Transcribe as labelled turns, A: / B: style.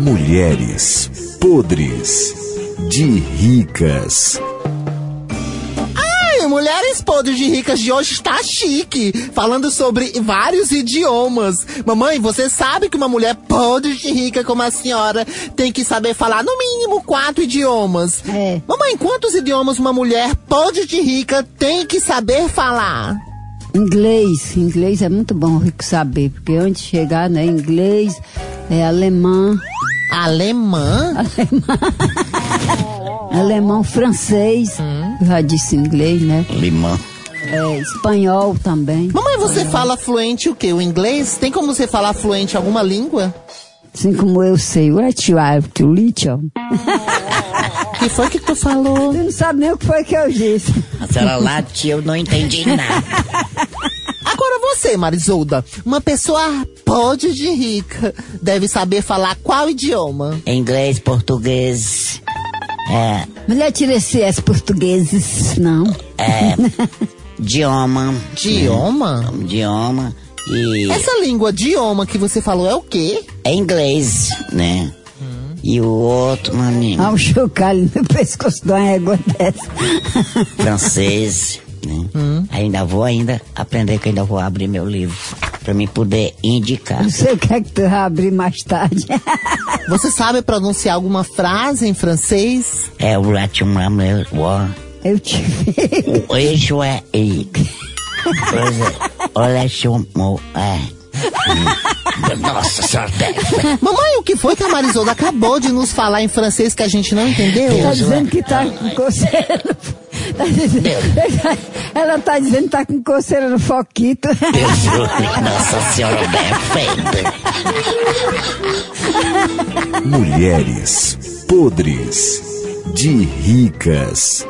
A: Mulheres podres de ricas.
B: Ai, mulheres podres de ricas de hoje está chique, falando sobre vários idiomas. Mamãe, você sabe que uma mulher podre de rica como a senhora tem que saber falar no mínimo quatro idiomas.
C: É.
B: Mamãe, quantos idiomas uma mulher podre de rica tem que saber falar?
C: Inglês, inglês é muito bom rico saber, porque antes de chegar, né, inglês, é alemão,
B: Alemã?
C: alemão, francês,
B: Hum.
C: eu já disse inglês, né?
D: Limão.
C: É, espanhol também.
B: Mamãe, você fala fluente o quê? O inglês? Tem como você falar fluente alguma língua?
C: Assim como eu sei, what you are to little.
B: Que foi que tu falou?
C: Você não sabe nem o que foi que eu disse.
D: A senhora late eu não entendi nada.
B: Agora você, Marisolda, uma pessoa pode de rica, deve saber falar qual idioma?
D: Inglês, português. É,
C: Mulher, tira esse S portugueses, não.
D: idioma. um
B: Idioma?
D: Idioma. E
B: Essa língua idioma que você falou é o quê?
D: é inglês, né? E o outro, maninho,
C: Há um chocalho no pescoço de uma égua dessa.
D: francês, né? Ainda vou ainda aprender que eu ainda vou abrir meu livro pra me poder indicar.
C: Não sei o que é que tu vai abrir mais tarde.
B: Você sabe pronunciar alguma frase em francês?
D: É o latimamel, o
C: Eu te vi.
D: o eixo é e. Pois é, o lechimo é. Nossa senhora,
B: Mamãe, o que foi que a Marisolda acabou de nos falar em francês que a gente não entendeu?
C: Tá dizendo que tá com coceira. no- Tá dizendo, ela tá dizendo que tá com coceira no foquito.
D: eu juro, Nossa senhora, perfeita.
A: Mulheres podres de ricas.